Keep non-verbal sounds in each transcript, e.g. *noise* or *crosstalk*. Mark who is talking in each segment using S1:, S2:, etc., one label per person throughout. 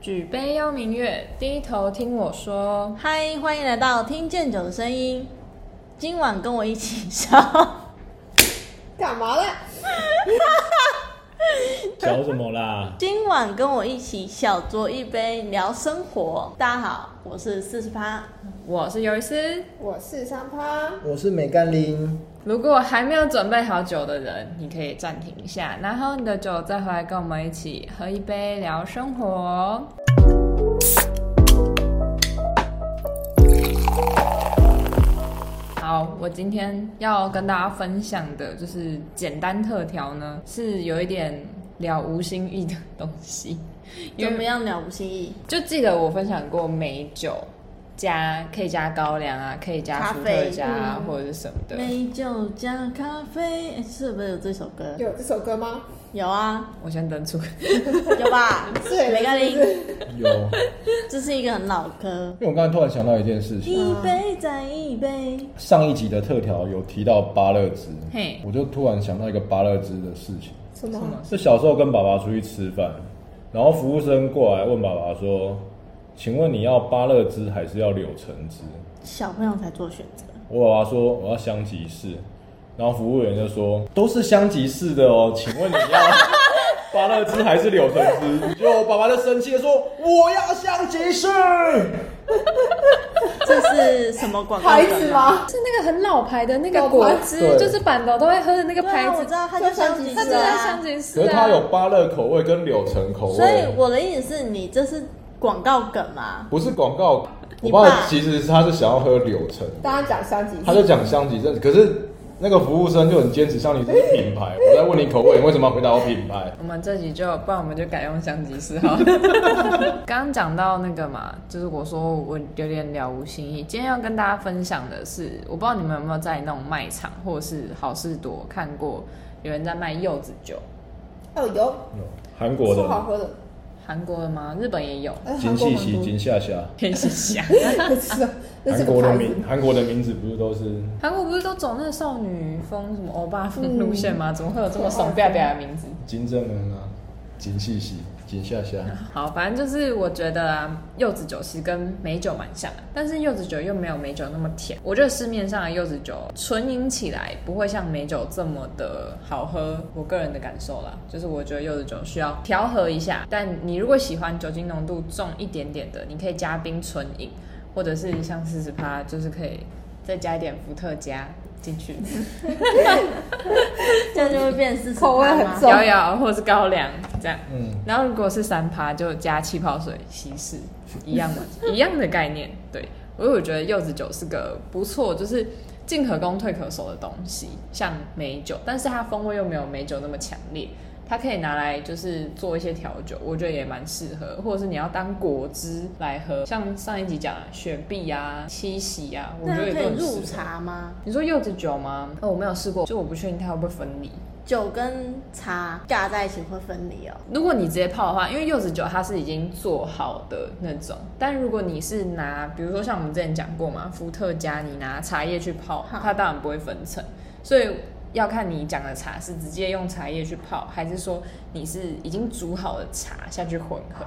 S1: 举杯邀明月，低头听我说。
S2: 嗨，欢迎来到听见酒的声音。今晚跟我一起笑， *laughs*
S3: 干嘛嘞？
S4: 讲什么啦？
S2: 今晚跟我一起小酌一杯，聊生活。大家好，我是四十趴，
S1: 我是尤医师。
S3: 我是三趴，
S5: 我是美甘林，
S1: 如果还没有准备好酒的人，你可以暂停一下，拿好你的酒，再回来跟我们一起喝一杯聊生活。好，我今天要跟大家分享的就是简单特调呢，是有一点了无新意的东西，因
S2: 怎
S1: 为
S2: 么样了不起？
S1: 就记得我分享过美酒加可以加高粱啊，可以加
S2: 咖
S1: 伏特
S2: 啡嗯
S1: 加啊、或者是什么的。
S2: 美酒加咖啡，诶是不是有这首歌？
S3: 有这首歌吗？
S2: 有啊，
S1: 我先 *laughs* 登出，
S2: 有吧？
S3: *laughs* 醉了
S2: 美甘
S3: 是不
S2: 林，
S3: 是
S5: *laughs* 有，
S2: 这是一个很老歌。
S5: 因为我刚才突然想到一件事
S3: 嗯
S5: 情，
S2: 一杯再一杯，
S5: 上一集的特调有提到芭乐汁，
S1: 嘿
S5: 我就突然想到一个芭乐汁的事情，
S3: 什
S1: 什么
S3: 么？？
S5: 是小时候跟爸爸出去吃饭，然后服务生过来问爸爸说：“请问你要芭乐汁还是要柳橙汁
S2: 小朋友才做选择。？”
S5: 我爸爸说：“我要香吉士。”然后服务员就说：“都是香吉士的哦，请问你要芭乐汁还是柳橙汁？”结果我爸爸就生气的说：“我要香吉士。”
S2: 这是什么广告？
S3: 牌子？吗？
S1: 是那个很老牌的那个
S3: 老牌
S1: 果汁，
S5: 对
S1: 就是板豆都会喝的那个
S2: 对
S1: 牌
S2: 啊，
S1: 子，
S2: 我知道它
S3: 就
S2: 叫香
S3: 香
S2: 吉
S3: 吉
S1: 它
S3: 士
S1: 就
S2: 士
S3: 啊
S1: 在
S2: 啊
S1: 香。吉士
S5: 可是
S1: 啊
S5: 它。有芭乐口味跟柳橙
S1: 哦
S5: 口味，
S2: 所以我的意思是你这是广告梗
S1: *laughs*
S2: 嘛？
S5: 不是广告。
S2: 你
S5: 我
S2: 爸
S5: 爸其实他是想要喝柳橙，
S3: 大家讲香吉
S5: 他
S3: 士，
S5: 就讲香吉士，可是那个服务生就很坚持，香吉士是
S3: *laughs*
S5: 品牌。我在问你口味，你为什么要回答我品牌？
S1: 我们这集就，不然我们就改用香吉士好了。
S5: *laughs*
S1: 刚刚讲到那个嘛，就是我说我有点了无新意。今天要跟大家分享的是，我不知道你们有没有在那种卖场或是好事多看过有人在卖柚子酒，
S3: 哦有，
S5: 韩国
S3: 超好
S5: 的
S3: 喝的，
S1: 韩国的吗？日本也有，
S3: 哎
S5: 金
S3: 啊韩国
S5: 细
S3: 蛮
S5: 喜
S3: 多
S5: 金夏夏，
S1: 天是想。
S3: 那 *laughs* 是啊那是
S5: 韩
S3: 个
S5: 国的
S3: 牌
S5: 名
S3: 子，
S5: 韩国的名字不是都是？
S1: *laughs* 韩国不是都走那个少女风、什么欧巴风路线吗？怎么会有这么怂彪彪的名字？
S5: 金正恩啊，金细喜金夏夏，
S1: 好，反正就是我觉得啊，柚子酒其实跟美酒蛮像的，但是柚子酒又没有美酒那么甜。我觉得市面上的柚子酒纯饮起来不会像美酒这么的好喝，我个人的感受啦，就是我觉得柚子酒需要调和一下。但你如果喜欢酒精浓度重一点点的，你可以加冰纯饮，或者是像四十趴，就是可以再加一点伏特加进去。
S2: 这样就会变四十
S3: 口味很重
S1: 摇摇或是高粱这样。
S5: 嗯，
S1: 然后如果是三趴，就加气泡水稀释，一样的，一样的概念。对，我我觉得柚子酒是个不错，就是进可攻退可守的东西，像美酒，但是它风味又没有美酒那么强烈。它可以拿来就是做一些调酒，我觉得也蛮适合，或者是你要当果汁来喝，像上一集讲的雪碧啊、七喜啊，我觉
S2: 那
S1: 得也
S2: 可
S1: 都
S2: 以
S1: 很适合
S2: 入。茶吗？
S1: 你说柚子酒吗？哦，我没有试过，就我不确定它会不会分离。
S2: 酒跟茶架在一起会分离哦。
S1: 如果你直接泡的话，因为柚子酒它是已经做好的那种，但如果你是拿，比如说像我们之前讲过嘛，伏特加，你拿茶叶去泡，
S2: 好
S1: 它当然不会分层，所以要看你讲的茶是直接用茶叶去泡，还是说你是已经煮好的茶下去混合。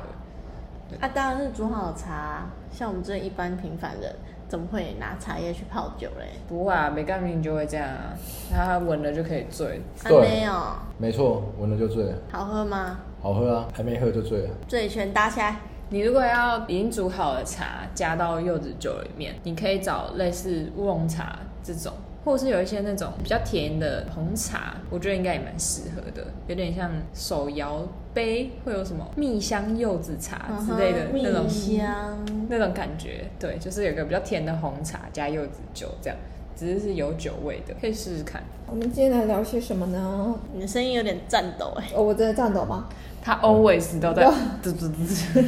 S2: 啊，当然是煮好的茶啊，像我们这一般平凡人，怎么会拿茶叶去泡酒嘞？
S1: 不会啊，没干明就会这样啊，它闻了就可以醉。
S2: 啊，
S5: 对
S2: 没有，
S5: 没错，闻了就醉，
S2: 好喝吗？
S5: 好喝啊，还没喝就醉了。
S2: 醉拳打起来，
S1: 你如果要已经煮好的茶加到柚子酒里面，你可以找类似乌龙茶这种，或者是有一些那种比较甜的红茶，我觉得应该也蛮适合的，有点像手摇杯会有什么蜜香柚子茶啊之类的
S2: 嗯哼
S1: 那种
S2: 蜜香，
S1: 那种感觉，对，就是有个比较甜的红茶加柚子酒这样，只是是有酒味的，可以试试看。
S3: 我们今天来聊些什么呢？
S2: 你的声音有点颤抖
S1: 啊
S2: 哎。
S3: 哦，我真的颤抖吗？
S1: 它 always 都在
S3: 嗯，
S1: 嘟嘟嘟嘟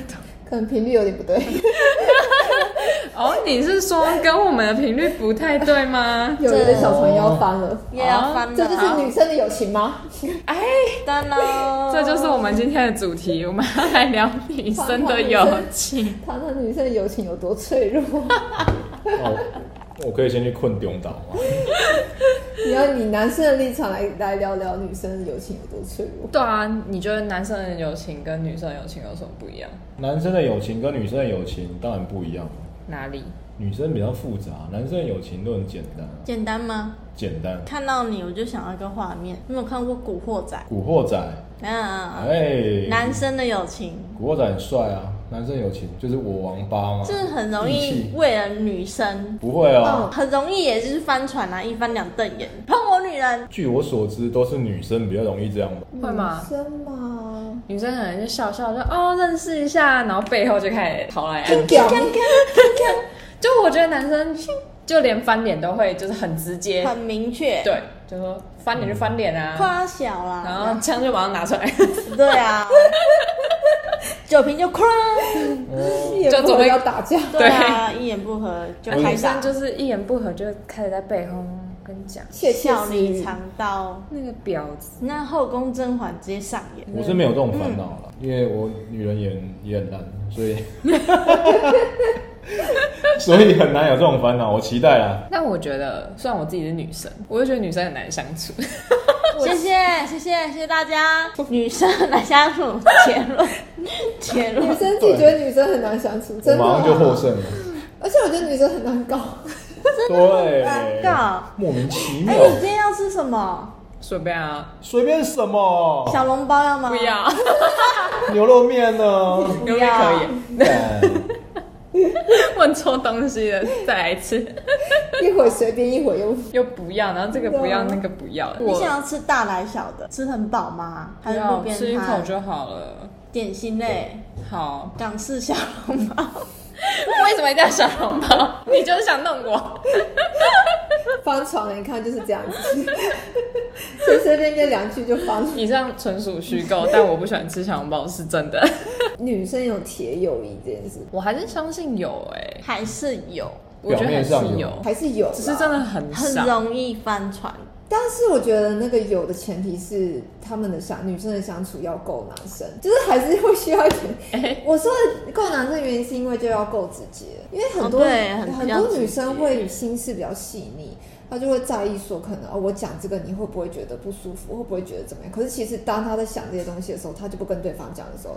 S3: 可能频率有点不对，
S1: *laughs* 哦，你是说跟我们的频率不太对吗？
S3: 有一个小船要翻了。
S2: 也要翻了，
S1: 啊
S3: 这就是女生的友情吗？
S2: 单喽。
S1: *laughs* 这就是我们今天的主题，我们要来聊女生的友情。
S3: 谈谈女生的友情有多脆弱。
S5: 哦那我我可以先去困丢岛吗？
S3: 你要以男生的立场来来聊聊女生的友情有多脆
S1: *laughs*
S3: 弱。
S1: 对啊，你觉得男生的友情跟女生的友情有什么不一样？
S5: 男生的友情跟女生的友情当然不一样了，
S1: 哪里？
S5: 女生比较复杂，男生的友情都很简单啊，
S2: 简单吗？
S5: 简单。
S2: 看到你我就想到一个画面，你有没有看过《古惑仔
S5: 古惑仔，》
S2: 啊？
S5: 哎，
S2: 男生的友情
S5: 古惑仔很帅啊，男生友情就是我王八嘛，
S2: 就是很容
S5: 义
S2: 易
S5: 气
S2: 为了女生，
S5: 不会哦。
S2: 很容易也就是翻船啊，一翻两瞪眼，碰我女人，
S5: 据我所知，都是女生比较容易这样吧。
S2: 嗯
S1: 会吗
S3: 女生嘛，
S1: 女生可能就笑笑就哦认识一下，然后背后就开始跑来
S5: 哎
S3: 太
S1: 暗。
S3: 屌了，
S1: 就我觉得男生就连翻脸都会就是很直接，
S2: 很明确，
S1: 对，就说翻脸就翻脸啊，
S2: 夸小啦，
S1: 然后枪就马上拿出来， *laughs*
S2: 对啊，酒瓶就哐，
S3: 也
S1: 就
S3: 不
S1: 准备
S3: 会要打架。
S2: 对啊，一言不合就
S1: 女
S2: 开
S1: 生
S2: 打，
S1: 就是一言不合就开始在背后跟你讲
S3: 窃窃
S2: 笑
S3: 私
S2: 里
S3: 语，
S2: 藏刀，
S1: 那个婊子，
S2: 那后宫甄嬛直接上演，
S5: 我是没有这种烦恼了，因为我女人也很也很烂，
S2: *laughs*
S5: 所以所以很难有这种烦恼。我期待啊啦，
S1: 但我觉得，虽然我自己是女生，我就觉得女生很难相处。 *laughs*
S2: 谢谢谢谢谢谢大家，女生来相处，结论结
S3: 女
S2: 论，
S3: 生自己觉得女生很难相处，
S5: 我
S3: 真的、啊
S5: 马上就获胜了。
S3: 而且我觉得女生很难搞，
S5: 对
S2: 难搞，
S5: 莫名其
S2: 哎、
S5: 妙，
S2: 你今天要吃什么？
S1: 随便啊，
S5: 随便什么
S2: 小笼包要吗？
S1: 哦不要，
S5: 牛肉
S1: *laughs*
S5: 面呢？
S1: 有点可以。
S5: 干
S1: 问错东西了，再来一次， *laughs*
S3: 一会儿随便，一会儿又
S1: 又不要，然后这个不要，
S3: 真的
S1: 那个不要。
S2: 你
S1: 我
S2: 想要吃大来小的，吃很饱吗？还是路
S1: 要
S2: 边
S1: 吃一口
S2: 摊？
S1: 就好了。
S2: 点心类，
S1: 好， *laughs*
S2: 港式小笼包。
S1: 为什么一定要小笼包？ *laughs* 你就是想弄我？ *laughs*
S3: 翻床了。你看就是这样子，随随便便两句就翻了。
S1: 以上纯属虚
S2: *laughs*
S1: 构，但我不喜欢吃小笼包是真的。 *laughs*
S3: 女生有铁友谊这件事，
S1: 我还是相信有哎、
S2: *laughs* 还是有，
S1: 我觉得还是
S5: 表面上
S1: 有
S5: 有，
S3: 还是有啦，
S1: 只是真的很
S2: 很
S1: 少。
S2: 容易翻船。
S3: 但是我觉得那个有的前提是他们的相女生的相处要够男生，就是还是会需要一
S2: 哎
S3: 点。我说的够男生的原因是因为就要够直接，因为很多、
S2: 哦对很
S3: 很
S2: 比较
S3: 多
S2: 直接
S3: 女生会心思比较细腻，她就会在意说可能哦我讲这个你会不会觉得不舒服，会不会觉得怎么样？可是其实当她在想这些东西的时候，她就不跟对方讲的时候，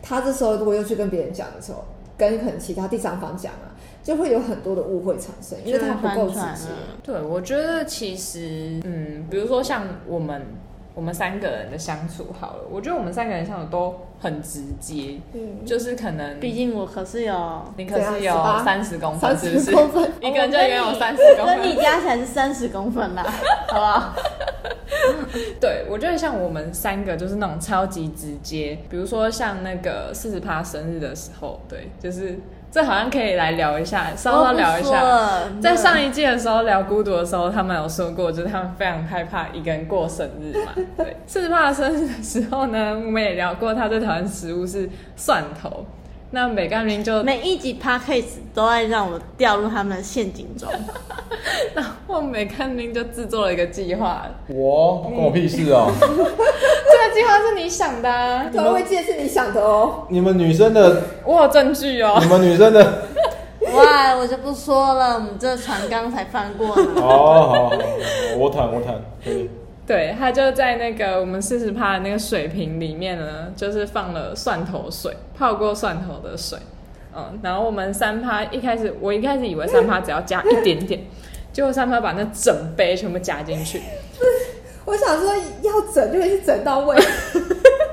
S3: 她这时候如果又去跟别人讲的时候，跟可能其他第三方讲啊，就会有很多的误会产生，因为她不够
S2: 就
S3: 直
S2: 会翻
S3: 接
S2: 船。啊
S1: 对，我觉得其实，嗯，比如说像我们我们三个人的相处好了，我觉得我们三个人相处都很直接，
S3: 嗯，
S1: 就是可能
S2: 毕竟我可是有，
S1: 你可是
S3: 对
S1: 有
S3: 啊18
S1: 三十公分，是不是
S3: 30？公分
S1: 一个人就
S2: 我
S1: 拥
S2: 跟
S1: 有
S2: 你
S1: 三十公
S2: 跟你
S1: 分。
S2: 加起来是三十公分
S1: *laughs*
S2: 啦，好不好？
S1: 对，我觉得像我们三个就是那种超级直接，比如说像那个四十趴生日的时候，对，就是这好像可以来聊一下，稍稍聊一
S2: 哦我不说
S1: 下。
S2: 了
S1: 在上一季的时候聊孤独的时候，他们有说过，就是他们非常害怕一个人过生日 *laughs* 嘛。对，四十八生日的时候呢，我们也聊过，他最讨厌食物是蒜头。那美甘林就 *laughs*
S2: 每一集 podcast 都在让我掉入他们的陷阱中。
S1: 然后美甘林就制作了一个计划，
S5: 我关我屁事哦！
S1: 这个计划是你想的、啊，
S3: 对啊，我也记得是你想的哦。
S5: 你们女生的，
S1: 我有证据哦
S5: 你。们女生的，
S2: *laughs* 哇，我就不说了，我们这船刚才翻过呢。
S5: *laughs* 好好好，好我谈我谈，可以
S1: 对，他就在那个我们四十趴的那个水瓶里面呢，就是放了蒜头水，泡过蒜头的水。嗯，然后我们三趴一开始，我一开始以为三趴只要加一点点，结果三趴把那整杯全部加进去。
S3: 我想说要整就一直整到位， *laughs*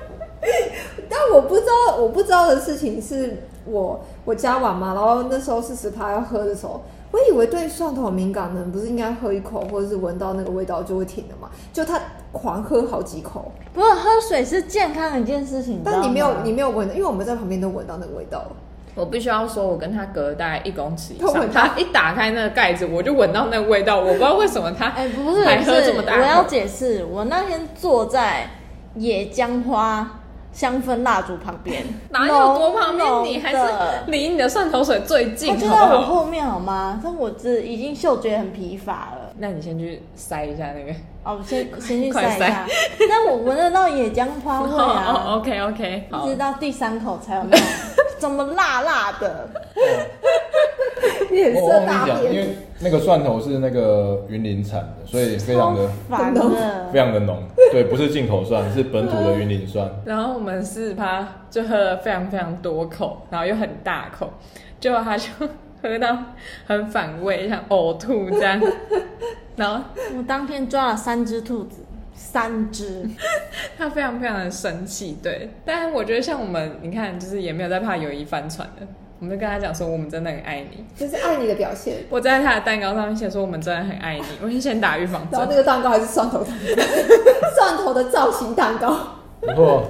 S3: 但我不知道我不知道的事情是我我加完嘛，然后那时候四十趴要喝的时候，我以为对蒜头敏感的人不是应该喝一口或者是闻到那个味道就会停的嘛，就他狂喝好几口，
S2: *laughs* 不过喝水是健康的一件事情，
S3: 但你没
S2: 知道
S3: 有
S2: 吗
S3: 你没有闻到，因为我们在旁边都闻到那个味道了。
S1: 我必须要说，我跟他隔大概一公尺以
S3: 他
S1: 上，
S3: 闻到
S1: 他一打开那个盖子，我就闻到那个味道，我不知道为什么他
S2: 哎、不是，
S1: 还
S2: 不
S1: 喝
S2: 是，
S1: 这么大口。
S2: 我要解释，我那天坐在野姜花香氛蜡烛旁边，
S1: *laughs* 哪有多旁边？
S2: 浓
S1: 你还
S2: 浓
S1: 是离你的蒜头水最
S2: 的他
S1: 近，
S2: 就
S1: 好
S2: 在
S1: 不
S2: 我
S1: 好？
S2: 后面好吗？但我这已经嗅觉很疲乏了。
S1: 那你先去塞一下那个。
S2: 哦，我
S1: *laughs*
S2: 先先去
S1: 快
S2: 晒一下，但我闻得到野姜花味
S1: *laughs* 哦
S2: 啊，
S1: ，OK OK，
S2: 一
S1: 好 *laughs*
S2: 直。到第三口才有那种怎么辣辣的，
S3: 脸
S5: 我
S3: 色
S5: 忘
S3: 大
S5: 记讲，因
S3: 变。
S5: 为那个蒜头是那个云林产的，所以非常的
S2: 烦的
S5: 非。常的浓，对，不是进口蒜，是本土的云林蒜。
S1: 然后我们四趴就喝了非常非常多口，然后又很大口，结果他就喝到很反胃，想呕吐这样。然后
S2: 我当天抓了三只兔子，
S1: *laughs*
S2: 三只，
S1: 他非常非常的生气，对。但我觉得像我们，你看，就是也没有在怕友谊翻船的，我们就跟他讲说，我们真的很爱你。
S3: 就是爱你的表现。
S1: 我在他的蛋糕上面写说，我们真的很爱你。我先先打预防
S3: 然后 *laughs*
S1: 针
S3: 那。个蛋糕还是蒜头蛋 *laughs* 糕，蒜头的造型蛋糕。
S5: 不错，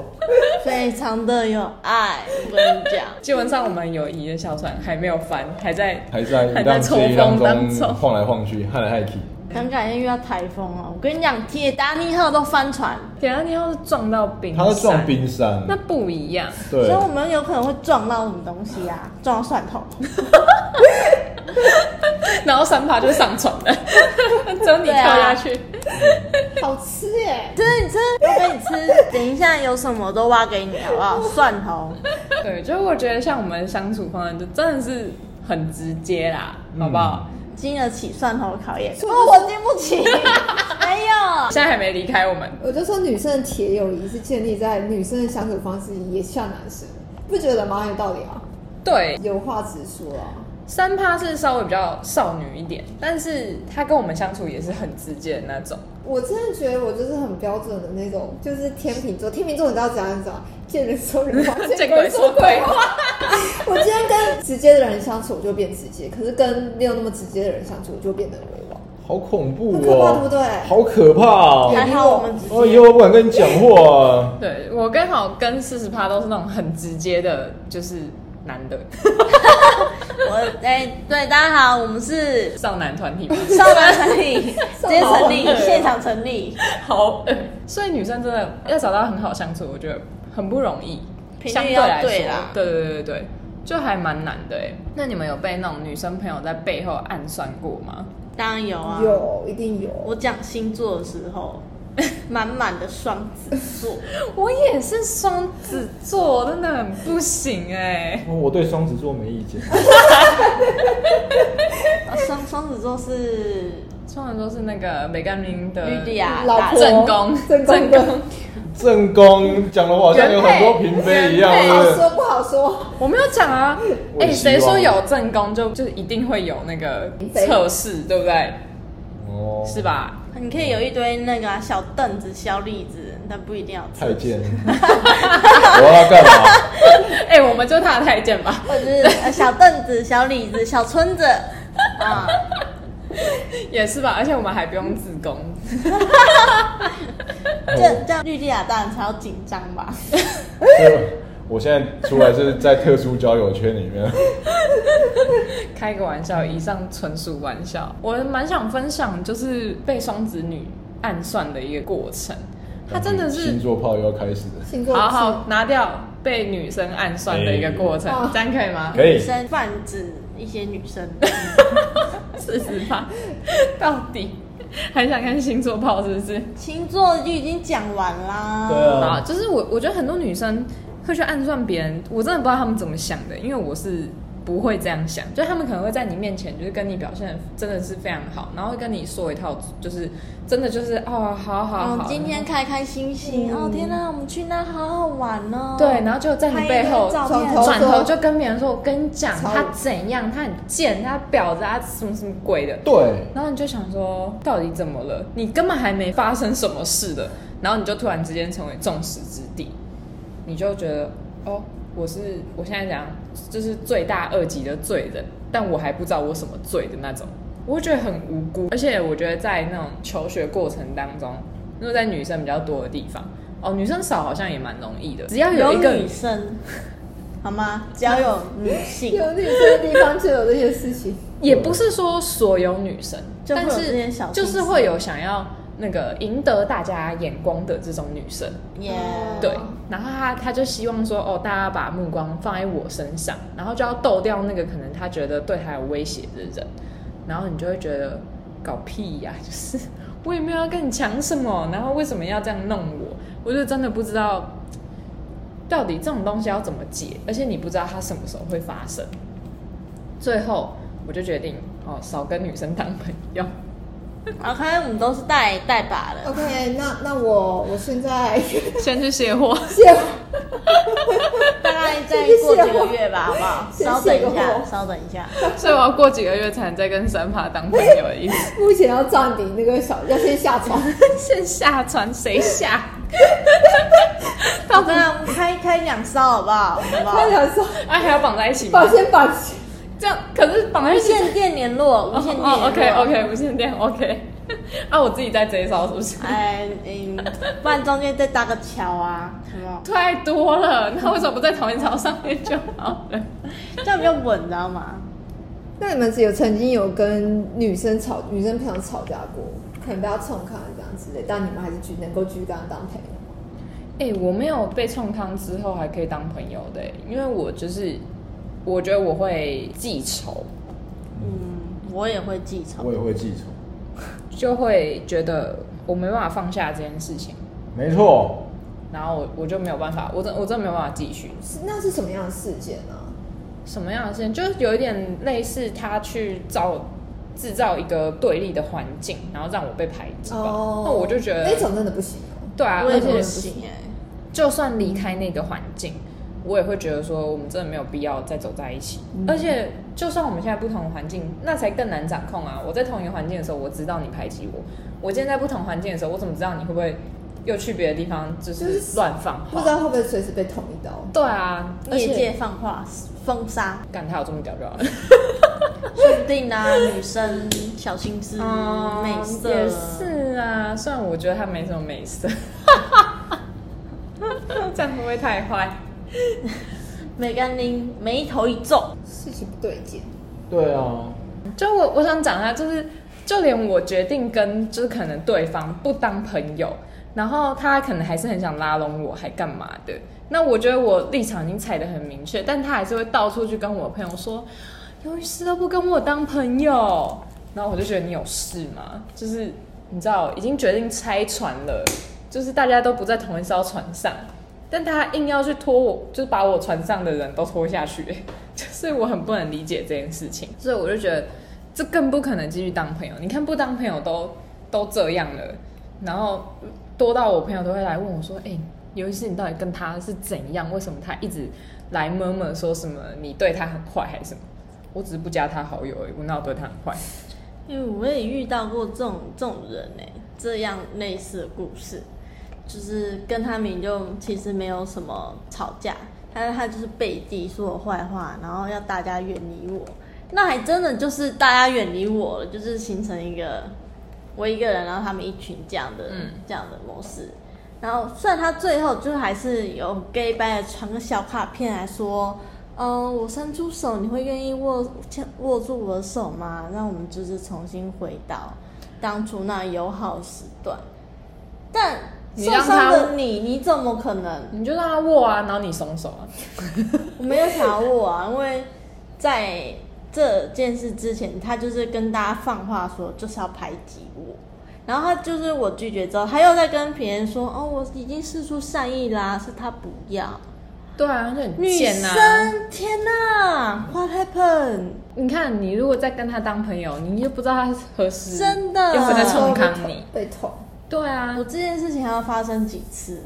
S2: 非常的有爱。我跟你讲，
S1: 基本上我们友谊的小船还没有翻，还在
S5: 还在
S1: 还
S5: 一
S1: 在
S5: 浪
S1: 抽
S5: 接一浪
S1: 风当
S5: 中
S1: 中。
S5: 晃来晃去，害来害去。
S2: 很感谢遇到台风哦。我跟你讲，铁达尼号都翻船，
S1: 铁达尼号是撞到冰，
S5: 它是撞，冰山，
S1: 那不一样。
S2: 所
S5: 对
S2: 以，我们有可能会撞到什么东西啊？撞到蒜
S5: *laughs*
S2: 头。
S1: 然后三爬就上船了，只有你跳下去。
S3: 好吃耶！
S2: 吃，你吃， *laughs* 我给你吃。等一下有什么都挖给你，好不好？蒜头，
S1: 对，就是我觉得像我们相处方式，就真的是很直接啦，好不好？
S5: 嗯
S2: 经得起蒜头的考验。哦哎
S3: 是
S2: 不，
S3: 哦不是
S2: 我经不起。没有，
S1: 现在还没离开我们，
S3: 我就说女生的铁友谊是建立在女生的相处方式也像男生，不觉得蛮有道理啊？
S1: 对，
S3: 有话直说啊！
S1: 三趴是稍微比较少女一点，但是她跟我们相处也是很直接的那种。
S3: 我真的觉得我就是很标准的那种，就是天秤座。天秤座你知道怎样你知道吗？见人说人
S1: *laughs*
S3: 话，
S1: 见鬼说鬼话。
S3: 我今天跟直接的人相处，我就变直接；可是跟没有那么直接的人相处，我就变得很委婉。
S5: 好恐怖
S3: 很可怕对
S5: 哦
S3: 不对，
S5: 好可怕哦！
S2: 还好我们
S5: 哦，以后我不敢跟你讲话啊。
S1: 对我刚好跟四十趴都是那种很直接的，就是男的
S2: 我哎、对，大家好，我们是
S1: 少男团体嘛，
S2: 少男成 *laughs* 立，直接成立，现场成立，
S1: 好嗯恶。所以女生真的要找到很好相处，我觉得很不容易，
S2: 频率
S1: 相对
S2: 要
S1: 来说，
S2: 对啦
S1: 对对对对对，就还蛮难的哎。那你们有被那种女生朋友在背后暗算过吗？
S2: 当然有啊。，
S3: 有，一定有。
S2: 我讲星座的时候， *laughs* 满满的双子座，
S1: 我也是双子座，真的很不行哎。
S5: 哦我对双子座没意见， *laughs*
S2: 啊双双子座是
S1: 通常都是那个梅甘林的
S2: 绿地亚
S3: 老
S2: 大
S3: 婆
S1: 正宫，
S3: 正宫
S1: *laughs* 正宫，
S5: 正宫讲的我好像有很多嫔妃一样，
S1: 原
S5: 对
S1: 配
S3: 好
S5: 不对？
S3: 说不好说，
S1: 我没有讲啊，
S5: 我
S1: 哎、
S5: 也希
S1: 谁
S5: 望
S1: 说有正宫就就一定会有那个测试，对不对？
S5: 哦，
S1: 是吧？
S2: 你可以有一堆那个啊、小凳子、小栗子，但不一定要吃
S5: 太
S1: *laughs*
S5: 监，我要干嘛？
S1: 哎、我们就他的太监吧，
S2: 或者是呃小凳子、小李子、小
S1: *laughs*
S2: 村子啊，
S1: 也是吧。而且我们还不用自宫，哦
S2: 这这样绿地啊亚大人才要紧张吧？
S5: 对哦我现在出来是在特殊交友圈里面，
S1: 开个玩笑，以上纯属玩笑。我蛮想分享，就是被双子女暗算的一个过程。他真的是
S5: 星座炮又要开始了，
S3: 星座
S1: 好啊
S3: 是
S1: 好拿掉被女生暗算的一个过程，
S3: 哎
S1: 这样可以吗？
S5: 可
S2: 女
S5: 以。
S2: 生泛指一些女生，
S1: 四十趴，到底还想看星座炮是不是？
S2: 星座就已经讲完啦。
S5: 对啊
S1: 啊，，就是我我觉得很多女生会去暗算别人，我真的不知道她们怎么想的，因为我是不会这样想，就她们可能会在你面前就是跟你表现得真的是非常好，然后会跟你说一套，就是真的就是哦，好好
S2: 哦
S1: 好，，
S2: 今天开开心心、哦！天哪，我们去那好好玩哦。
S1: 对，然后就嗯在你背后。
S2: 拍一
S3: 转
S2: 张
S3: 头
S2: 照片，
S1: 转头就跟别人说：“我跟你讲，
S3: 超
S1: 他怎样，他很贱，他婊子，他什么什么鬼的。”
S5: 对，
S1: 然后你就想说，到底怎么了？你根本还没发生什么事的，然后你就突然之间成为众矢之的，你就觉得，哦，我是我现在讲就是罪大恶极的罪人，但我还不知道我什么罪的那种，我会觉得很无辜。而且我觉得在那种求学过程当中，如果在女生比较多的地方，哦，女生少好像也蛮容易的，只要有
S2: 有
S1: 一个
S2: 女生，好吗？只要有女性，
S3: 有女生的地方就有这些事情。
S1: 也不是说所有女生，
S2: 就会有
S1: 但
S2: 这些
S1: 是
S2: 小心
S1: 就
S2: 思
S1: 是会有想要那个赢得大家眼光的这种女生，
S2: 耶、
S1: *laughs* 对。然后她她就希望说，哦，大家把目光放在我身上，然后就要斗掉那个可能她觉得对她有威胁的人，然后你就会觉得搞屁呀、就是我也没有要跟你抢什么，然后为什么要这样弄我？我就真的不知道到底这种东西要怎么解，而且你不知道它什么时候会发生。最后，我就决定哦，少跟女生当朋友。
S2: OK，我们都是带带把的。
S3: OK，那那我我现在
S1: *laughs* 先去卸货，
S3: 谢
S2: 大概再过几个月吧，好不好？
S3: 谢谢
S2: 稍等一
S3: 我
S2: 下，稍等一下。
S1: 所以我要过几个月才能再跟三趴当朋友的意思。
S3: 目前要暂停那个小，要先
S1: *laughs*
S3: 下床。
S1: 先下船，谁下？
S2: 我跟他们开开两艘，好不好？好不好
S3: 他？想说，
S1: 哎，还要绑在一起吗
S3: 把？先把
S1: 这样可是绑在
S2: 无
S1: 一起。
S2: 线电联络，无线电联络。
S1: 哦，OK OK，无线电 OK。啊， *laughs* 我自己在这一招是不 *laughs* 是？
S2: 哎，嗯，不然中间再搭个桥啊，什么？
S1: 太多了，那为什么不在同一招上面就好了？
S2: 这样比较稳，你知道吗？
S3: 那你们有曾经有跟女生吵、女生朋友吵架过，可能被她冲康这样之类，但你们还是去能够继续跟她当朋友吗？
S1: 哎、我没有被冲康之后还可以当朋友的、因为我就是我觉得我会记仇，
S2: 嗯，我也会记仇
S5: 我。也会记仇。
S1: 就会觉得我没办法放下这件事情，
S5: 没错，
S1: 然后我我就没有办法，我真我真的没有办法继续。
S3: 是那是什么样的事件啊呢、
S1: 什么样的事情？就是有一点类似他去造制造一个对立的环境，然后让我被排挤吧。那我就觉得
S3: 哦那种真的不行、哦。
S1: 对啊，
S2: 我
S1: 而
S2: 也不
S1: 且
S2: 行哎、
S1: 就算离开那个环境，我也会觉得说我们真的没有必要再走在一起。而且就算我们现在不同的环境，那才更难掌控啊！我在同一个环境的时候，我知道你排挤我；我今天在不同环境的时候，我怎么知道你会不会又去别的地方就
S3: 就是是
S1: 乱放
S3: 不
S1: 话
S3: 知？道会不会随时被捅一刀？
S1: 对啊，而
S2: 业界
S1: 且
S2: 放话封杀，
S1: 干他有这么屌就好了。
S2: 说不定啊，女生小心思、美
S1: 哦
S2: 色
S1: 也是啊，虽然我觉得他没什么美色， *laughs* 这样会不会太坏？
S2: 美甘宁眉头一皱，
S3: 事情不对劲，
S5: 对啊，
S1: 就我我想讲一下，啊就是就连我决定跟就是可能对方不当朋友，然后他可能还是很想拉拢我，还干嘛的？那我觉得我立场已经踩得很明确，但他还是会到处去跟我朋友说，刘医师都不跟我当朋友，然后我就觉得你有事吗？就是你知道已经决定拆船了，就是大家都不在同一艘船上。但他硬要去拖我，就是把我船上的人都拖下去、 *laughs* 就是我很不能理解这件事情，所以我就觉得这更不可能继续当朋友。你看不当朋友都都这样了，然后多到我朋友都会来问我说：“哎、有一次你到底跟他是怎样？为什么他一直来 murmur 说什么你对他很坏还是什么？”我只是不加他好友而已，我哪有对他很坏？
S2: 因为我也遇到过这种这种人哎、这样类似的故事，就是跟他明明就其实没有什么吵架，但是他就是背地说我坏话，然后要大家远离我，那还真的就是大家远离我了，就是形成一个我一个人，然后他们一群这样的、
S1: 嗯
S2: 这样的模式。然后虽然他最后就是还是有 gay 拜传个小卡片来说，嗯，我伸出手，你会愿意握牵握住我的手吗？让我们就是重新回到当初那友好时段。但
S1: 你
S2: 受
S1: 让
S2: 伤
S1: 他
S2: 的你，你怎么可能？
S1: 你就让他握啊，然后你松手啊。
S2: 我没有想要握啊，因为在这件事之前，他就是跟大家放话说就是要排挤我，然后他就是我拒绝之后，他又在跟别人说哦，我已经试出善意啦，是他不要。
S1: 对啊，就很
S2: 女
S1: 贱
S2: 生，
S1: 啊。
S2: 天哪，What happened？
S1: 你看，你如果再跟他当朋友，你又不知道他何时
S2: 真的
S1: 又会再冲康
S3: 被捅
S1: 你。
S3: 被捅，
S1: 对啊
S2: 我，这件事情还要发生几次？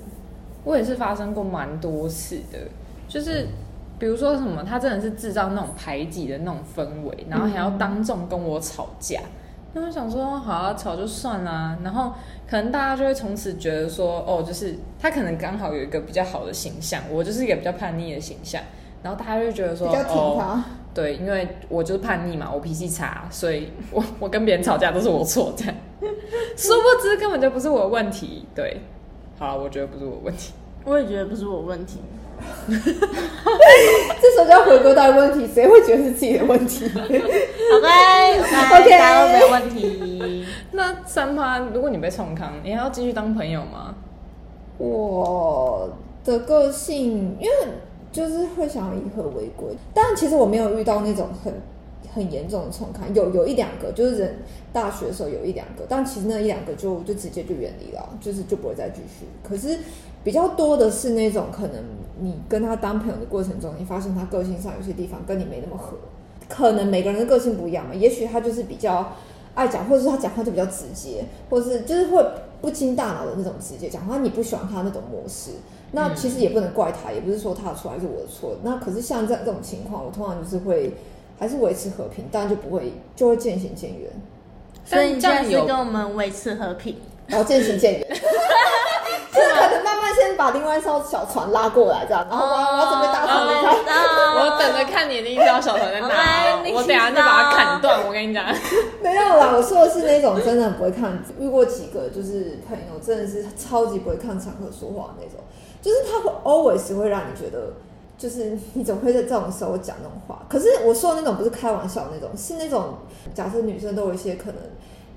S1: 我也是发生过蛮多次的，就是比如说什么，他真的是制造那种排挤的那种氛围，然后还要当众跟我吵架。那我想说，好、啊，吵就算啦、然后可能大家就会从此觉得说，哦，就是他可能刚好有一个比较好的形象，我就是一个比较叛逆的形象，然后大家就觉得
S3: 比
S1: 说，
S3: 较挺
S1: 哦，
S3: 他。
S1: 对，因为我就是叛逆嘛，我脾气差，所以我我跟别人吵架都是我错，这样，殊不知根本就不是我的问题。对，好，啊我觉得不是我的问题。
S2: 我也觉得不是我问题，
S3: *laughs* 这时候就要回归到问题，谁会觉得是自己的问题？
S2: OK OK，大
S3: OK
S2: 家都没问题。
S1: 那三趴，如果你被冲康，你还要继续当朋友吗？
S3: 我的个性，因为就是会想要以和为贵，但其实我没有遇到那种很很严重的冲康，有有一两个，就是人大学的时候有一两个，但其实那一两个就就直接就远离了，就是就不会再继续。可是比较多的是那种可能你跟他当朋友的过程中，你发现他个性上有些地方跟你没那么合。可能每个人的个性不一样嘛，也许他就是比较爱讲，或者是他讲话就比较直接，或者是就是会不经大脑的那种直接讲话，你不喜欢他那种模式。那其实也不能怪他，也不是说他的错还是我的错。那可是像这这种情况，我通常就是会还是维持和平，但就不会就会渐行渐远，
S2: 所
S1: 但
S2: 以你
S1: 这
S2: 现
S1: 样
S2: 在是
S1: 有
S2: 跟我们维持和平，
S3: 然后渐行渐 *laughs* 远。就是可能慢慢先把另外一艘小船拉过来，这样，哦然后我要我要准备搭船离开。
S1: 我
S2: 我
S1: 等着看你的一条小船在哪
S2: 好吧
S1: 哦，
S2: 你
S1: 我等下就把它砍断。我跟你讲，
S2: *laughs*
S3: 没有啦，我说的是那种真的不会看，遇过几个就是朋友真的是超级不会看场合说话那种，就是他会 always 会让你觉得，就是你怎么会在这种时候讲那种话？可是我说的那种不是开玩笑那种，是那种假设女生都有一些可能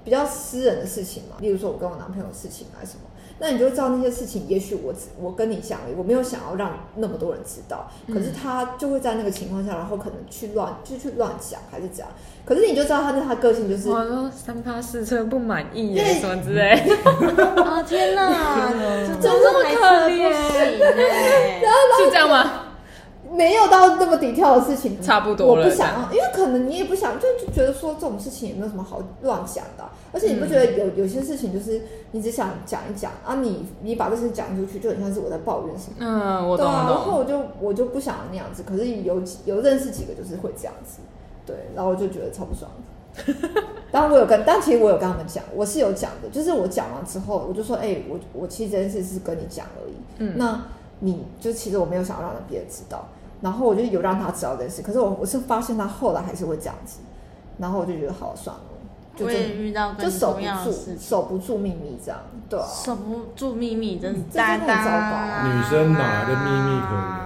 S3: 比较私人的事情嘛，例如说我跟我男朋友的事情啊什么。那你就知道那些事情，也许我只我跟你讲而已，我没有想要让那么多人知道，可是他就会在那个情况下，然后可能去乱就去乱讲还是怎样，可是你就知道他的他个性就是
S1: 我说三八四车不满意耶
S3: 对，
S1: 什么之
S2: *laughs*
S1: 类。
S2: 哦天
S3: *laughs*
S2: 哪，
S1: 怎
S2: 怎
S1: 么
S2: 么
S1: 这
S2: 这
S1: 么
S2: 么
S1: 可
S2: 可
S1: 怜
S2: 怜？哎
S1: 是这样吗？
S3: 没有到那么底跳的事情，
S1: 差不多了
S3: 我不想要，因为可能你也不想，就就觉得说这种事情也没有什么好乱讲的啊、而且你不觉
S1: 嗯
S3: 得有、有些事情就是你只想讲一讲啊你，你把这事讲出去，就很像是我在抱怨什么。
S1: 嗯，我
S3: 对
S1: 懂
S3: 啊，
S1: 我
S3: 然后
S1: 懂。
S3: 我就我就不想要那样子，可是有几有认识几个就是会这样子，对，然后我就觉得超不爽的。 *laughs* 当然我有跟，但其实我有跟他们讲，我是有讲的，就是我讲完之后，我就说，哎、我我其实这件事是跟你讲而已，
S1: 嗯
S3: 那你就其实我没有想要让别人知道，然后我就有让他知道这件事，可是我我是发现他后来还是会这样子，然后我就觉得好算了，就
S2: 我
S3: 真
S2: 也遇到
S3: 就
S2: 跟你
S3: 守
S2: 同
S3: 不
S2: 样的
S3: 住
S2: 事情，
S3: 守不住秘密这样，对啊，
S2: 守不住秘密，真
S3: 这真的很糟糕啊
S5: 女生哪来的秘密可言？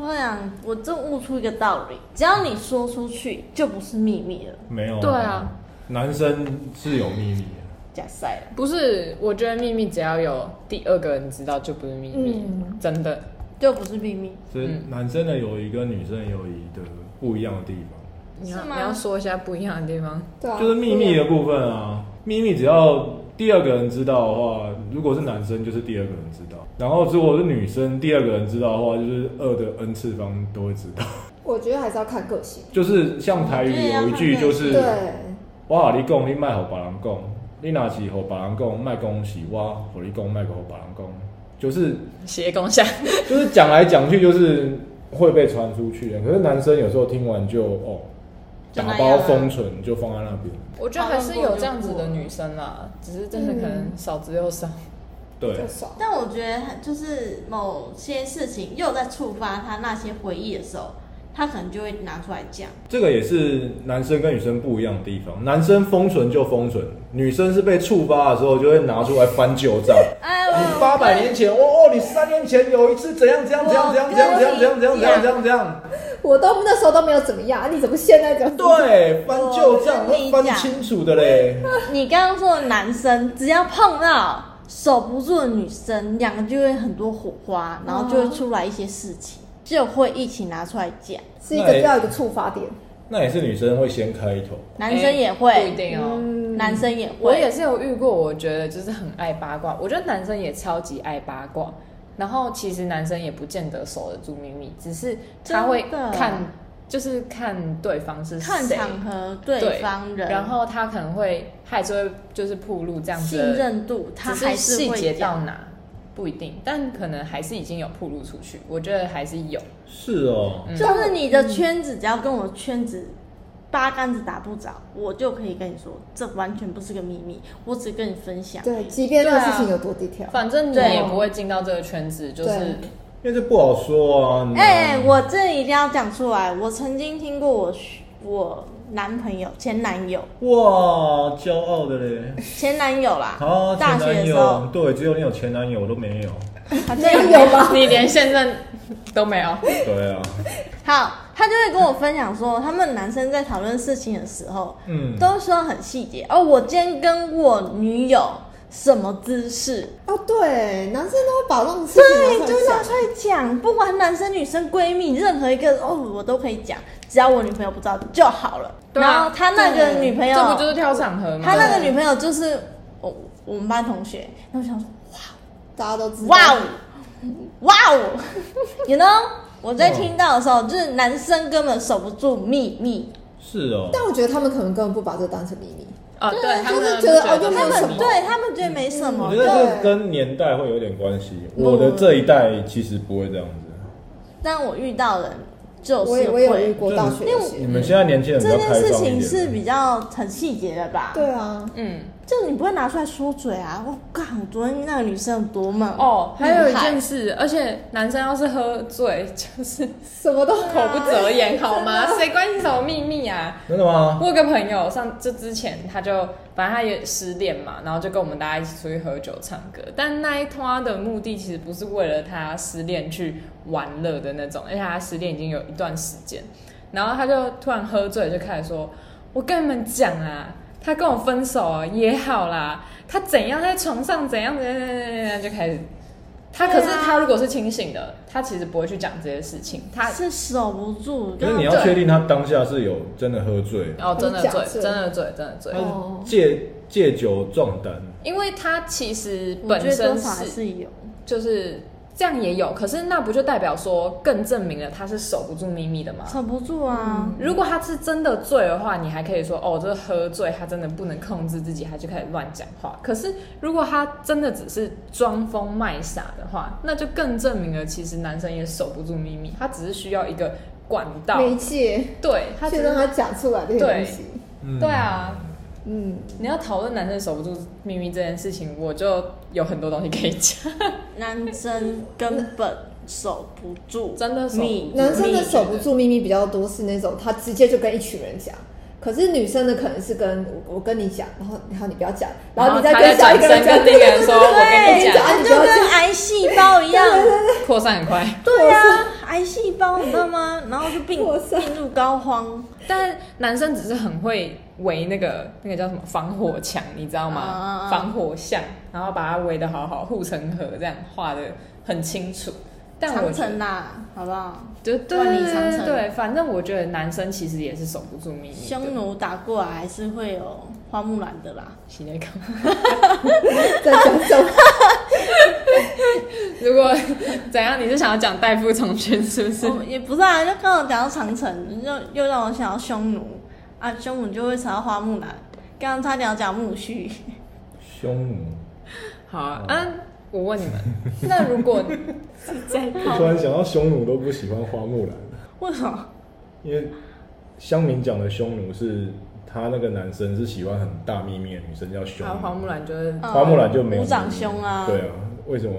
S2: 我想，我就悟出一个道理：只要你说出去，就不是秘密了。
S5: 没有。
S1: 对啊，
S5: 男生是有秘密的。
S2: 假赛了，
S1: 不是，我觉得秘密只要有第二个人知道就不是秘密，
S3: 嗯
S1: 真的。
S2: 就不是秘密。
S5: 所以
S1: 嗯
S5: 男生的友谊跟女生的友谊的不一样的地方，
S1: 你要
S2: 是吗
S1: 你要说一下不一样的地方。 *laughs*
S3: 对啊，
S5: 就是秘密的部分啊。秘密只要第二个人知道的话，如果是男生就是第二个人知道，然后如果是女生第二个人知道的话，就是二的 n 次方都会知道。
S3: 我觉得还是要看个性，
S5: 就是像台语有一句就是
S3: 对。
S5: “我和你讲，你卖给别人讲；你若是和别人讲，卖讲是我和你讲，卖给别人讲。”就是
S1: 斜攻下，
S5: 就是讲来讲去就是会被传出去的。可是男生有时候听完就哦，
S2: 就那样
S5: 打包
S2: 啊
S5: 封存就放在那边。
S1: 我觉得还是有这样子的女生啦，只是真的可
S2: 嗯
S1: 能少之又少。
S5: 对，
S3: 就少。
S2: 但我觉得，就是某些事情又在触发他那些回忆的时候，他可能就会拿出来讲。
S5: 这个也是男生跟女生不一样的地方。男生封存就封存，女生是被触发的时候就会拿出来翻旧账。
S2: 哎，
S5: 你
S2: 我
S5: 八百年前，哦哦，你三年前有一次怎样怎样怎样怎样怎样怎样怎样怎样怎样怎样，
S3: 我都那时候都没有怎么样，你怎么现在这样？，
S5: 对，翻旧账
S2: 我跟你
S5: 翻
S2: 讲
S5: 清楚的嘞。
S2: 你刚刚说的男生，只要碰到守不住的女生，两个就会很多火花，然后就会出来一些事情，就会一起拿出来讲。
S3: 是一个比较有一个触发点。
S5: 那也是女生会先开头，
S2: 男生也会，
S1: 哎不一定哦。
S3: 嗯，
S2: 男生也会，
S1: 我也是有遇过，我觉得就是很爱八卦。我觉得男生也超级爱八卦，然后其实男生也不见得守得住秘密，只是他会
S2: 真的
S1: 看，就是看对方是
S2: 看
S1: 谁，
S2: 场合、对方人，
S1: 然后他可能会还是会就是铺路这样子
S2: 信
S1: 的，
S2: 任度，他
S1: 只
S2: 还
S1: 是
S2: 是
S1: 细节
S2: 会
S1: 到
S2: 讲。
S1: 哪不一定，但可能还是已经有铺路出去。我觉得还是有，
S5: 是哦，
S1: 嗯
S2: 就是你的圈子，只要跟我圈子八竿子打不着，我就可以跟你说，这完全不是个秘密，我只跟你分享。
S3: 对，即便那个事情有多低调，
S1: 反正你
S2: 对
S1: 也不会进到这个圈子，就是
S3: 对
S5: 因为这不好说啊。你知道吗
S2: 哎、我这一定要讲出来，我曾经听过我我男朋友前男友
S5: 哇，骄傲的嘞！
S2: 前男友啦，
S5: 啊，
S2: 大
S5: 前
S2: 学的
S5: 男
S2: 时候
S5: 友，，对，只有你有前男友，我都没有。
S2: 他就
S3: 没有吧？
S1: 你连现任都没有。
S5: 对啊，
S2: *laughs* 好，他就会跟我分享说，他们男生在讨论事情的时候，
S5: 嗯，
S2: 都说很细节。哦，我今天跟我女友什么姿势，
S3: 哦，对，男生都会把这种事
S2: 对，
S3: 情
S2: 就拿
S3: 拿
S2: 出
S3: 出
S2: 来
S3: 来
S2: 讲，不管男生女生闺蜜，任何一个哦，我都可以讲，只要我女朋友不知道就好了。
S1: 对啊
S2: 然后他那个
S3: 对
S2: 女朋友，
S1: 这不就是挑场合吗？
S2: 他那个女朋友就是我我们班同学，然后我想说，
S3: 讲，大家都知道。
S2: 哇哦，哇哦哦，you know，我在听到的时候，就是男生根本守不住秘密，
S5: 是哦，
S3: 但我觉得他们可能根本不把这当成秘密，
S1: 哦，对，他
S3: 就是
S1: 们
S3: 觉得哦就
S1: 他
S3: 没有
S1: 们
S3: 什
S1: 很
S3: 么
S2: 对他们觉得没什
S5: 我
S2: 么
S5: 觉，得这
S3: 对
S5: 跟年代会有点关系。
S2: 嗯
S5: 我的这一代其实不会这样子，
S2: 但我遇到的人就是
S3: 我也我也有遇
S2: 会。
S3: 过大学
S2: 因
S3: 一
S2: 为
S5: 你
S3: 些，
S5: 们现在年轻人比
S2: 这
S5: 较
S2: 件
S5: 开
S2: 事
S5: 放一
S2: 情是
S5: 点。
S2: 比较很细节的吧？
S3: 对，啊，
S1: 嗯。
S2: 就你不会拿出来说嘴啊！我靠，我昨天那个女生有多猛
S1: 哦，还有一件
S2: 事，
S1: 事，而且男生要是喝醉，就是
S3: 什么都
S1: 口不择言，
S3: 啊
S1: 好吗？谁管你什么秘密啊？
S5: 真的吗？
S1: 我有个朋友上就之前他就反正他也失恋嘛，然后就跟我们大家一起出去喝酒唱歌。但那一通他的目的其实不是为了他失恋去玩乐的那种，而且他失恋已经有一段时间，然后他就突然喝醉就开始说：“我跟你们讲啊。”他跟我分手啊也好啦，他怎样在床上怎样怎样怎样怎样怎样就开始，他可是
S2: 对啊
S1: 他如果是清醒的，他其实不会去讲这些事情，他
S2: 是守不住，
S5: 可是你要确定他当下是有真的喝醉，
S1: 哦，真的
S3: 假
S1: 醉，
S3: 醉
S1: 真的醉，真的醉
S5: 他。
S3: 哦
S5: 是借借酒壮胆，
S1: 因为他其实
S2: 我
S1: 本
S2: 觉得多
S1: 身
S2: 少还
S1: 是
S2: 是有。
S1: 就是这样也有，可是那不就代表说更证明了他是守不住秘密的吗？
S2: 守不住啊，
S1: 如果他是真的醉的话，你还可以说哦，这喝醉，他真的不能控制自己，他就开始乱讲话。可是如果他真的只是装疯卖傻的话，那就更证明了其实男生也守不住秘密，他只是需要一个管道，
S3: 媒介
S1: 对他只
S3: 去
S1: 是
S3: 让他讲出来这些东西，
S5: 嗯
S1: 对啊，
S3: 嗯，
S1: 你要讨论男生守不住秘密这件事情，我就有很多东西可以讲。 *laughs*
S2: 男生根本守不住，
S1: 真的守不住
S2: 你
S3: 男生的守不住秘密比较多是那种他直接就跟一群人讲。可是女生的可能是跟我我跟你讲，然后然后你不要讲，然后你再
S1: 他再
S3: 跟下一
S1: 转
S3: 个
S1: 身
S3: 人
S1: 跟
S3: *laughs* 讲，
S1: 那个人说：“我跟你
S2: 对，
S1: 讲，
S3: 啊
S2: 他
S3: 你
S2: 就
S3: 不要
S2: 跟癌细胞一样，
S1: 扩散很快。
S2: 对啊，癌细胞你知道吗？然后就病
S3: 我操
S2: 病入膏肓，”
S1: 但男生只是很会围那个那个叫什么防火墙，你知道吗？
S2: 啊
S1: 防火巷，然后把它围得好好，护城河这样画的很清楚。但我
S2: 长
S1: 觉得
S2: 城啦，好不好？
S1: 就对
S2: 万
S1: 对
S2: 里长
S1: 对
S2: 城
S1: 对，反正我觉得男生其实也是守不住秘密的。
S2: 匈奴打过来还是会有花木兰的啦。
S1: 洗内裤。
S3: 在讲什么？
S1: 如果 *laughs* 怎样，你是想要讲代父从军是不是？
S2: 哦，也不是啊，就刚刚讲到长城，又又让我想到匈奴啊，匈奴就会想到花木兰。刚刚差点要讲木须，
S5: 匈奴。
S1: 好啊，啊我问你们， *laughs* 那如果是在
S5: 我突然想到匈奴都不喜欢花木兰，
S2: 为什么？
S5: 因为乡民讲的匈奴是他那个男生是喜欢很大秘密的女生叫匈
S1: 好，
S5: 奴，
S1: 花木兰就是
S2: 嗯
S5: 花木兰就没有
S2: 五长兄啊
S5: 对啊，为什么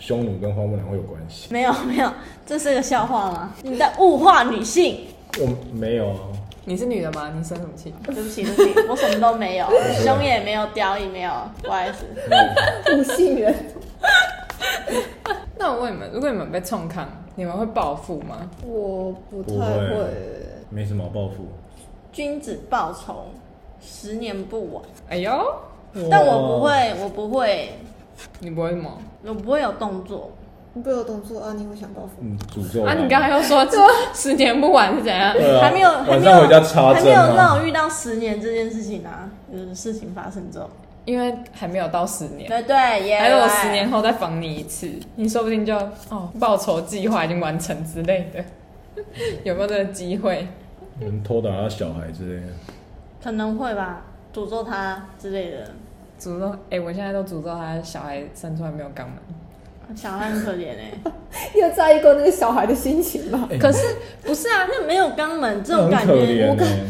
S5: 匈奴跟花木兰会有关系？
S2: 没有 *laughs* 没有，这是个笑话吗？你在物化女性。
S5: 我没有啊，
S1: 你是女的吗？你生什么气？
S2: 对不起，对不起，我什么都没有，胸也没有，屌也没有，不好意思。
S3: 不信任，
S1: 那我问你们，如果你们被冲康，你们会报复吗？
S3: 我不太
S5: 不会
S3: 会。
S5: 没什么好报复。
S2: 君子报仇，十年不晚。
S1: 哎呦，
S2: 但我不，会，我不会，
S1: 你不会吗？
S2: 我不会有动作。
S3: 你不有动作啊？你会想报复？
S5: 嗯，诅咒
S1: 啊，你刚才又说
S2: 啊
S1: 十年不晚是怎样？
S5: 对啊
S2: 还没有，还
S5: 晚
S2: 没
S5: 上
S2: 有，
S5: 回家插
S2: 还没
S5: 针
S2: 有让
S5: 啊，
S2: 我遇到十年这件事情啊，就是事情发生之后，
S1: 因为还没有到十年，
S2: 对对，也
S1: 还有我十年后再防你一次，你说不定就哦报仇计划已经完成之类的， *laughs* 有没有这个机会？
S5: 你们偷打他小孩之类的，
S2: 可能会吧，诅咒他之类的。
S1: 诅咒，哎、我现在都诅咒他小孩生出来没有肛门。
S2: 小孩很可怜哎、
S3: 你有在意过那个小孩的心情吗？
S1: 可是不是啊，
S2: 那没有肛门这
S5: 这
S2: 种
S5: 很
S2: 感
S5: 可
S2: 觉，
S5: 怜
S2: 我感
S5: 欸。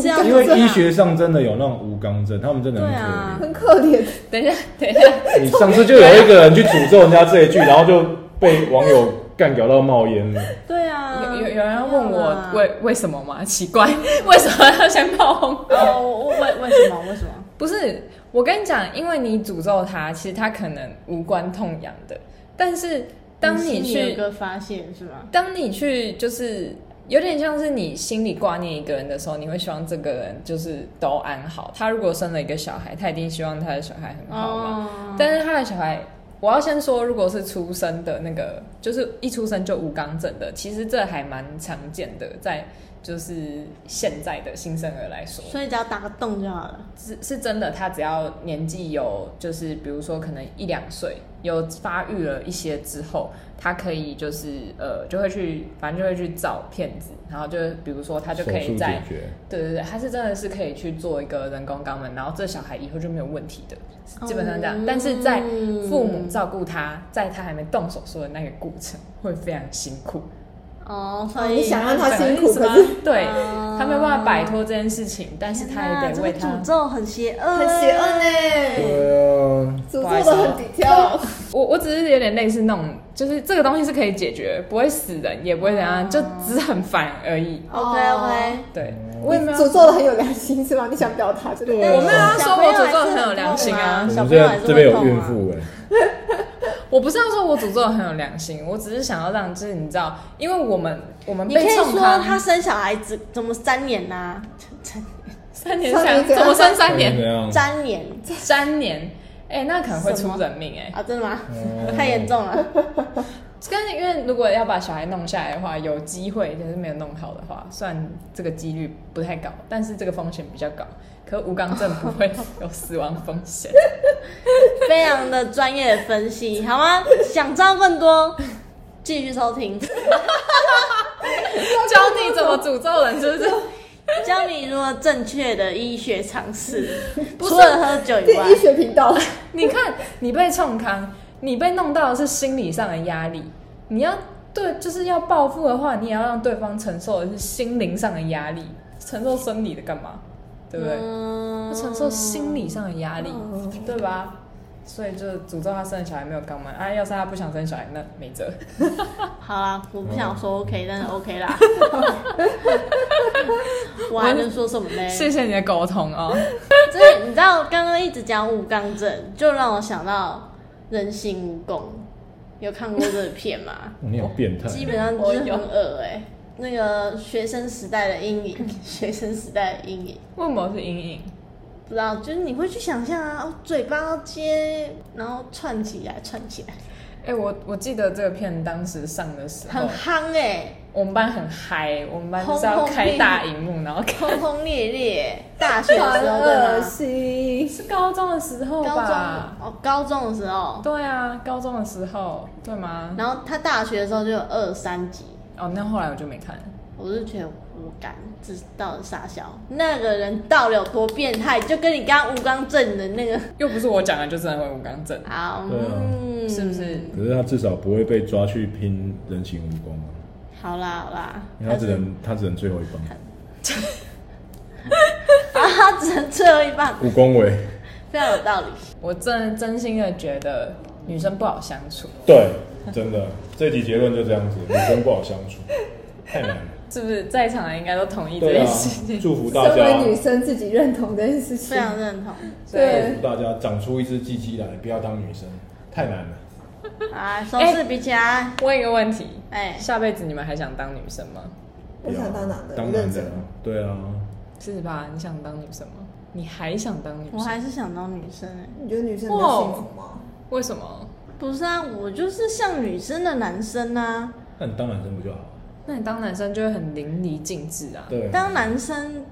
S2: 是啊要
S5: 因为
S2: 怎么
S5: 医
S2: 样
S5: 学上真的有那种无肛症，他们真的很可
S2: 对啊
S5: 怜。
S3: 很可怜，
S1: 等一下，等一下，
S5: 你上次就有一个人去诅咒人家这一句，然后就被网友干掉到冒烟了。
S2: 对啊，
S1: 有有有人要问
S2: 没有啊啦
S1: 我为为什么吗？奇怪， *laughs* 为什么要先爆红？
S2: 哦，我我为为什么为什么？
S1: 不是，我跟你讲，因为你诅咒他，其实他可能无关痛痒的，但是 *laughs* 当你
S2: 心里有
S1: 去，
S2: 个发现是吗？
S1: 当你去，就是有点像是你心里挂念一个人的时候，你会希望这个人就是都安好。他如果生了一个小孩，他一定希望他的小孩很好嘛。
S2: 哦，
S1: 但是他的小孩，我要先说，如果是出生的那个，就是一出生就无肛症的，其实这还蛮常见的，在就是现在的新生儿来说，
S2: 所以只要打个洞就好了。
S1: 是是真的，他只要年纪有，就是比如说可能一两岁，有发育了一些之后，他可以就是呃，就会去，反正就会去找骗子，然后就比如说他就
S5: 手
S1: 可以
S5: 术
S1: 在
S5: 解，决，
S1: 对对对，他是真的是可以去做一个人工肛门，然后这小孩以后就没有问题的，基本上这样。
S2: 嗯
S1: 但是在父母照顾他，在他还没动手术的那个过程，会非常辛苦。
S2: 哦，所
S3: 哦
S2: 以
S3: 你想让他辛
S1: 懂
S3: 苦，
S1: 意思
S3: 可
S1: 吗
S3: 是
S1: 对
S2: 哦
S1: 他没有办法摆脱这件事情，但是他也
S2: 天哪
S1: 得
S2: 啊这
S1: 为
S2: 个
S1: 他
S2: 诅咒很邪恶，
S3: 很欸邪恶。呢，
S5: 对啊，
S3: 诅咒的很低调。
S1: 我我只是有点类似那种，就是这个东西是可以解决，不会死人，也不会怎样，就只是很烦而已。
S2: OK OK，
S1: *laughs* 对，
S3: 哦你
S1: 我也没有
S3: 诅咒的很有良心是吗？你想表达这个？
S5: 对啊
S1: 我没有要说
S2: 小朋
S1: 我
S2: 友
S1: 诅咒
S2: 还是
S1: 很有
S2: 很
S1: 良心
S2: 痛
S1: 啊
S2: 啊，
S5: 我
S2: 小
S5: 们
S2: 朋
S5: 这
S2: 友还是
S5: 嗯这边
S2: 会
S5: 有
S2: 痛
S5: 孕
S2: 啊
S5: 妇哎，
S1: 我不是要说我诅咒很有良心，我只是想要让，就是你知道，因为我们我们
S2: 你可
S1: 被
S2: 以
S1: 冲
S2: 说
S1: 康
S2: 他生小孩子怎么三年啊呐、
S5: 嗯
S1: 三年
S3: 三
S1: 下
S3: 年怎
S1: 怎
S3: 样
S1: 么生三
S2: 啊
S5: 怎
S1: 年
S5: 样？
S2: 三年
S1: 三年，哎，那可能会出人命哎。
S2: 啊？真的吗？
S5: 哦
S2: 太严重了。
S1: 跟因为如果要把小孩弄下来的话，有机会，但是没有弄好的话，算这个几率不太高，但是这个风险比较高。可无肛症不会 *laughs* 有死亡风险。
S2: 非常的专业的分析，好吗？想知道更多，继续收听，
S1: 教你怎么诅咒人，是不是？
S2: 教你如何正确的医学常识，
S1: 是
S2: 除了喝酒以
S3: 变
S2: 外
S3: 医，学频 *laughs* 道，
S1: 你看，你被冲康，你被弄到的是心理上的压力。你要对，就是要报复的话，你也要让对方承受的是心灵上的压力，承受生理的干嘛？对不对？
S2: 嗯
S1: 要承受心理上的压力，对吧？所以就是诅咒他生的小孩没有肛门啊，要是他不想生小孩，那没辙。
S2: 好啦，我不想
S1: 嗯
S2: 说 OK，但是 OK
S1: *laughs*
S2: 啦。我还能说什么呢？
S1: 谢谢你的沟通哦。
S2: 这你知道，刚刚一直讲武刚症，就让我想到人形蜈蚣，有看过这个片吗？
S5: 哦你好变态，
S2: 基本上就是很恶哎、那个学生时代的阴影，学生时代的阴影，
S1: 为什么是阴影？
S2: 不知道，就是你会去想象啊，哦嘴巴要接，然后串起来，串起来，
S1: 哎、我我记得这个片当时上的时候
S2: 很，夯
S5: *laughs*
S2: 哎、
S1: 我们班很嗨，我们班就是要开大荧幕，然后看。
S2: 轰轰烈烈。大学哦
S3: 啊
S2: 的时候对
S3: 恶
S2: 吗？
S3: 心。
S1: 是高中的时候
S2: 高中
S1: 吧？
S2: 哦，高中的时候，呃
S1: 对啊，高中的时候，对吗？
S2: 然后他大学的时候就有二三级，
S1: 哦，那后来我就没看了。
S2: 我就觉得无感，这到底傻笑。那个人到底有多变态？就跟你刚刚吴刚正的那个
S1: 又不是我讲的，就真的会无刚症，
S2: 啊，
S5: 对啊
S2: 嗯，
S1: 是不是？
S5: 可是他至少不会被抓去拼人形蜈蚣啊，
S2: 好啦好啦，
S5: 因为他只能他只能最后一棒，
S2: 啊，他只能最后一棒，
S5: 武功伟，
S2: *laughs* 非常有道理。
S1: 我真的真心的觉得女生不好相处，
S5: 对，真的，这集结论就这样子，女生不好相处，太难了。
S1: 是不是？在场的应该都同意这
S5: 对
S1: 件
S5: 啊
S1: 事情。，
S5: 祝福大
S3: 身
S5: 家
S3: 为，女生自己认同这件事情
S2: 非，常认 *laughs* 同。
S5: 祝
S3: 啊对
S5: 福大家长出一只鸡鸡来，不要当女生，太难了。
S2: 啊，手势比起来，
S1: 问一个问题，
S2: 哎、
S1: 下辈子你们还想当女生吗？
S3: 我想当男的，
S5: 当
S3: 我
S5: 男
S3: 认
S5: 的
S3: 真。
S5: 啊，对啊，
S1: 四十八，你想当女生吗？你还想当女
S2: 我
S1: 生？
S2: 还是想当女生哎、
S3: 你觉得女生比较幸福吗？
S1: 为什么？
S2: 不是啊，我就是像女生的男生啊。
S5: 那你当男生不就好了？
S1: 那你当男生就会很淋漓尽致啊，
S5: 对，
S2: 当男生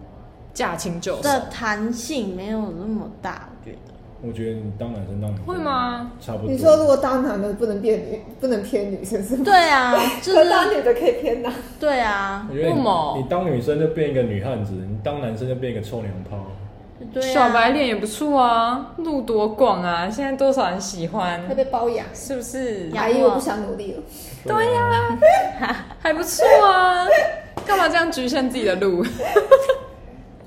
S1: 驾轻就熟。
S2: 的弹性没有那么大，我觉 *laughs* 得。
S5: 我觉得你当男生当女生
S1: 会吗？
S5: 差不多。
S3: 你说如果当男的不能变女，不能偏女生是吗？
S2: 对啊，就 *laughs*
S3: 可当
S2: 是
S3: 女的可以偏男，
S2: 对啊
S5: 我，觉得
S1: 为什么
S5: 你你当女生就变一个女汉子，你当男生就变一个臭娘炮。
S2: 对啊。
S1: 小白脸也不错啊，路多广啊，现在多少人喜欢，
S3: 会被包养。
S1: 是不是？
S2: 呀
S3: 阿哎姨，我不想努力了。
S5: 对
S1: 啊
S5: 呀、
S1: 还不错啊，干嘛这样局限自己的路？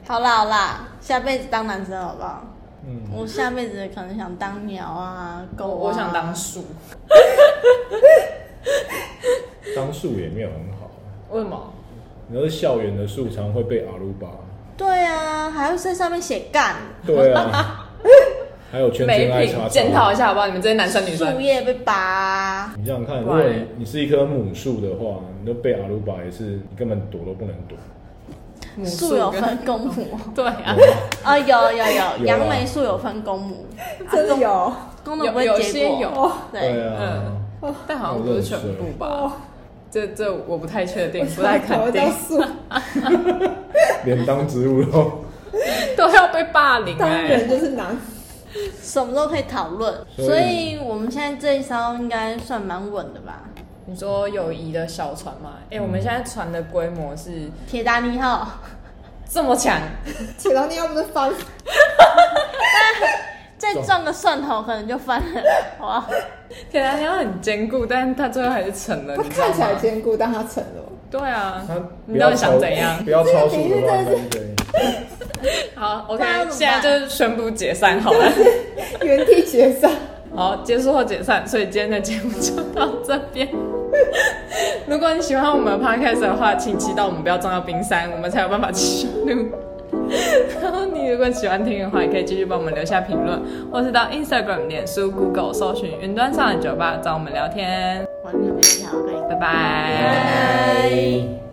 S2: 好啦好啦，下辈子当男生好不好？
S5: 嗯，
S2: 我下辈子可能想当鸟啊、狗啊。
S1: 我想当树，
S5: 当树也没有很好。啊
S1: 为什么？
S5: 你要是校园的树常会被阿鲁巴，
S2: 对啊，还会在上面写干，
S5: 对
S1: *laughs*
S5: 啊，还有圈
S1: 美
S5: 圈爱叉
S1: 品检讨一
S5: 叉。
S1: 下好不好？你们这些男生女
S2: 树
S1: 生，
S2: 叶被拔啊、
S5: 你想想看，如
S1: 不然
S5: 果你你是一棵母树的话，你都被阿鲁巴也是，你根本躲都不能躲。
S1: 母
S2: 树有
S1: 跟
S2: 分公母
S1: *laughs* 对啊，
S2: 啊，有有有，
S5: 有
S2: 杨梅树有分公母，
S3: 真的有，
S2: 公的
S1: 有
S2: 不会
S1: 有
S2: 结
S1: 些
S2: 果。
S1: 有，
S5: 对
S2: 对，
S5: 啊，
S1: 但好
S2: 哦
S1: 像不是全部吧？这这我不太确定，不
S3: 我
S1: 太
S3: 考
S1: 肯定
S3: 到。素，
S5: 连当植物都。
S1: 都要被霸凌
S3: 当
S1: 哎、
S3: 人就是难。
S2: 什么都可以讨论，
S5: 所
S2: 所
S5: 以
S2: 以我们现在这一艘应该算蛮稳的吧？
S1: 你说友谊的小船嘛？哎、我们现在船的规模是
S2: 铁达尼号，
S1: 这么强，
S3: 铁达尼要不是 *laughs* 翻，
S2: 再撞个蒜头可能就翻了，好吧？
S1: 铁达尼号很坚固，但是它最后还是沉了，
S3: 它
S1: 你知道
S3: 看起来
S1: 吗？
S3: 坚固，但它沉了。
S1: 对啊
S5: 他，
S1: *laughs* 你到底想怎样？
S5: *laughs* 不要超速
S3: 这个比喻
S5: 的
S3: *laughs*
S5: 话，
S3: 真的是
S5: 对对。
S1: 好，OK，
S2: 那要怎么办
S1: 现在就是宣布解散好了。
S3: 原地解散。
S1: 好，结束后解散，所以今天的节目就到这边。 *laughs* 如果你喜欢我们的 podcast 的话，请祈祷我们不要撞到冰山，我们才有办法继续录。然后你如果喜欢听的话，也可以继续帮我们留下评论，或是到 Instagram、脸书、Google 搜寻“云端上的酒吧”找我们聊天。
S2: 完全没有想要跟你
S1: 拜拜
S2: 拜